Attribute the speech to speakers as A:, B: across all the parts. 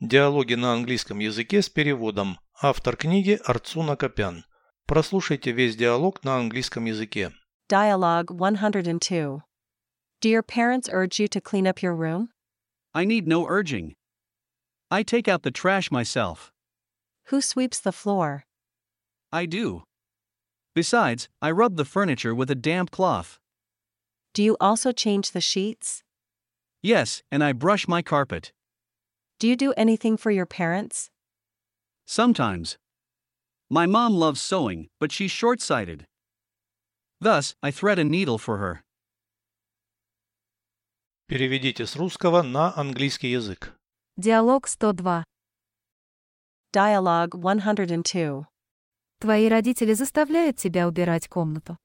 A: Диалоги на английском языке с переводом. Автор книги Арцуна Копян. Прослушайте весь диалог на английском языке.
B: Dialogue 102. Do your parents urge you to clean up your room?
C: I need no urging. I take out the trash myself.
B: Who sweeps the floor?
C: I do. Besides, I rub the furniture with a damp cloth.
B: Do you also change the sheets?
C: Yes, and I brush my carpet.
B: Do you do anything for your parents?
C: Sometimes. My mom loves sewing, but she's short sighted. Thus, I thread a needle for her.
A: Переведите с русского на английский язык.
D: Диалог 102.
B: Dialogue 102.
D: Твои родители заставляют тебя убирать комнату.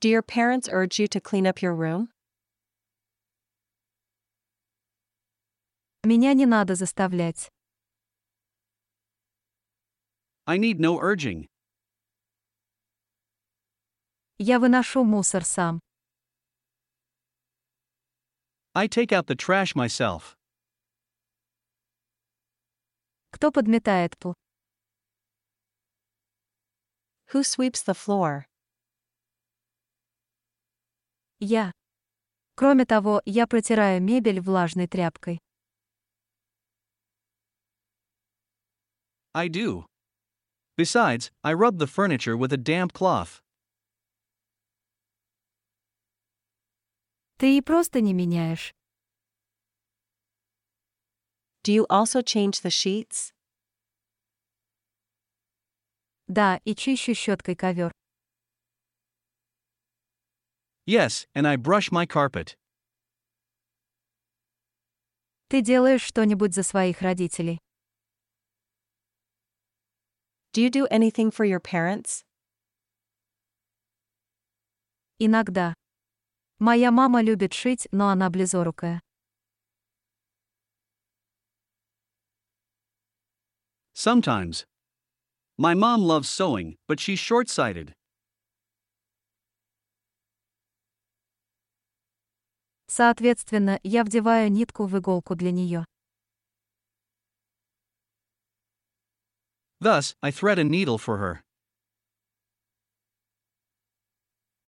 B: Do your parents urge you to clean up your room?
D: Меня не надо заставлять.
C: I need no urging.
D: Я выношу мусор сам.
C: I take out the trash myself.
D: Кто подметает пол?
B: Who sweeps the floor?
D: Я. Кроме того, я протираю мебель влажной тряпкой.
C: I do. Besides, I rub the furniture with a damp cloth.
D: Ты и просто не меняешь.
B: Do you also change the sheets?
D: Да, и чищу щеткой ковер.
C: Yes, and I brush my carpet.
D: Ты делаешь что-нибудь за своих родителей.
B: Do you do anything for your parents?
D: Иногда. Моя мама любит шить, но она близорукая.
C: Sometimes. My mom loves sewing, but she's short sighted.
D: Соответственно, я вдеваю нитку в иголку для нее.
C: Thus, I thread a needle for her.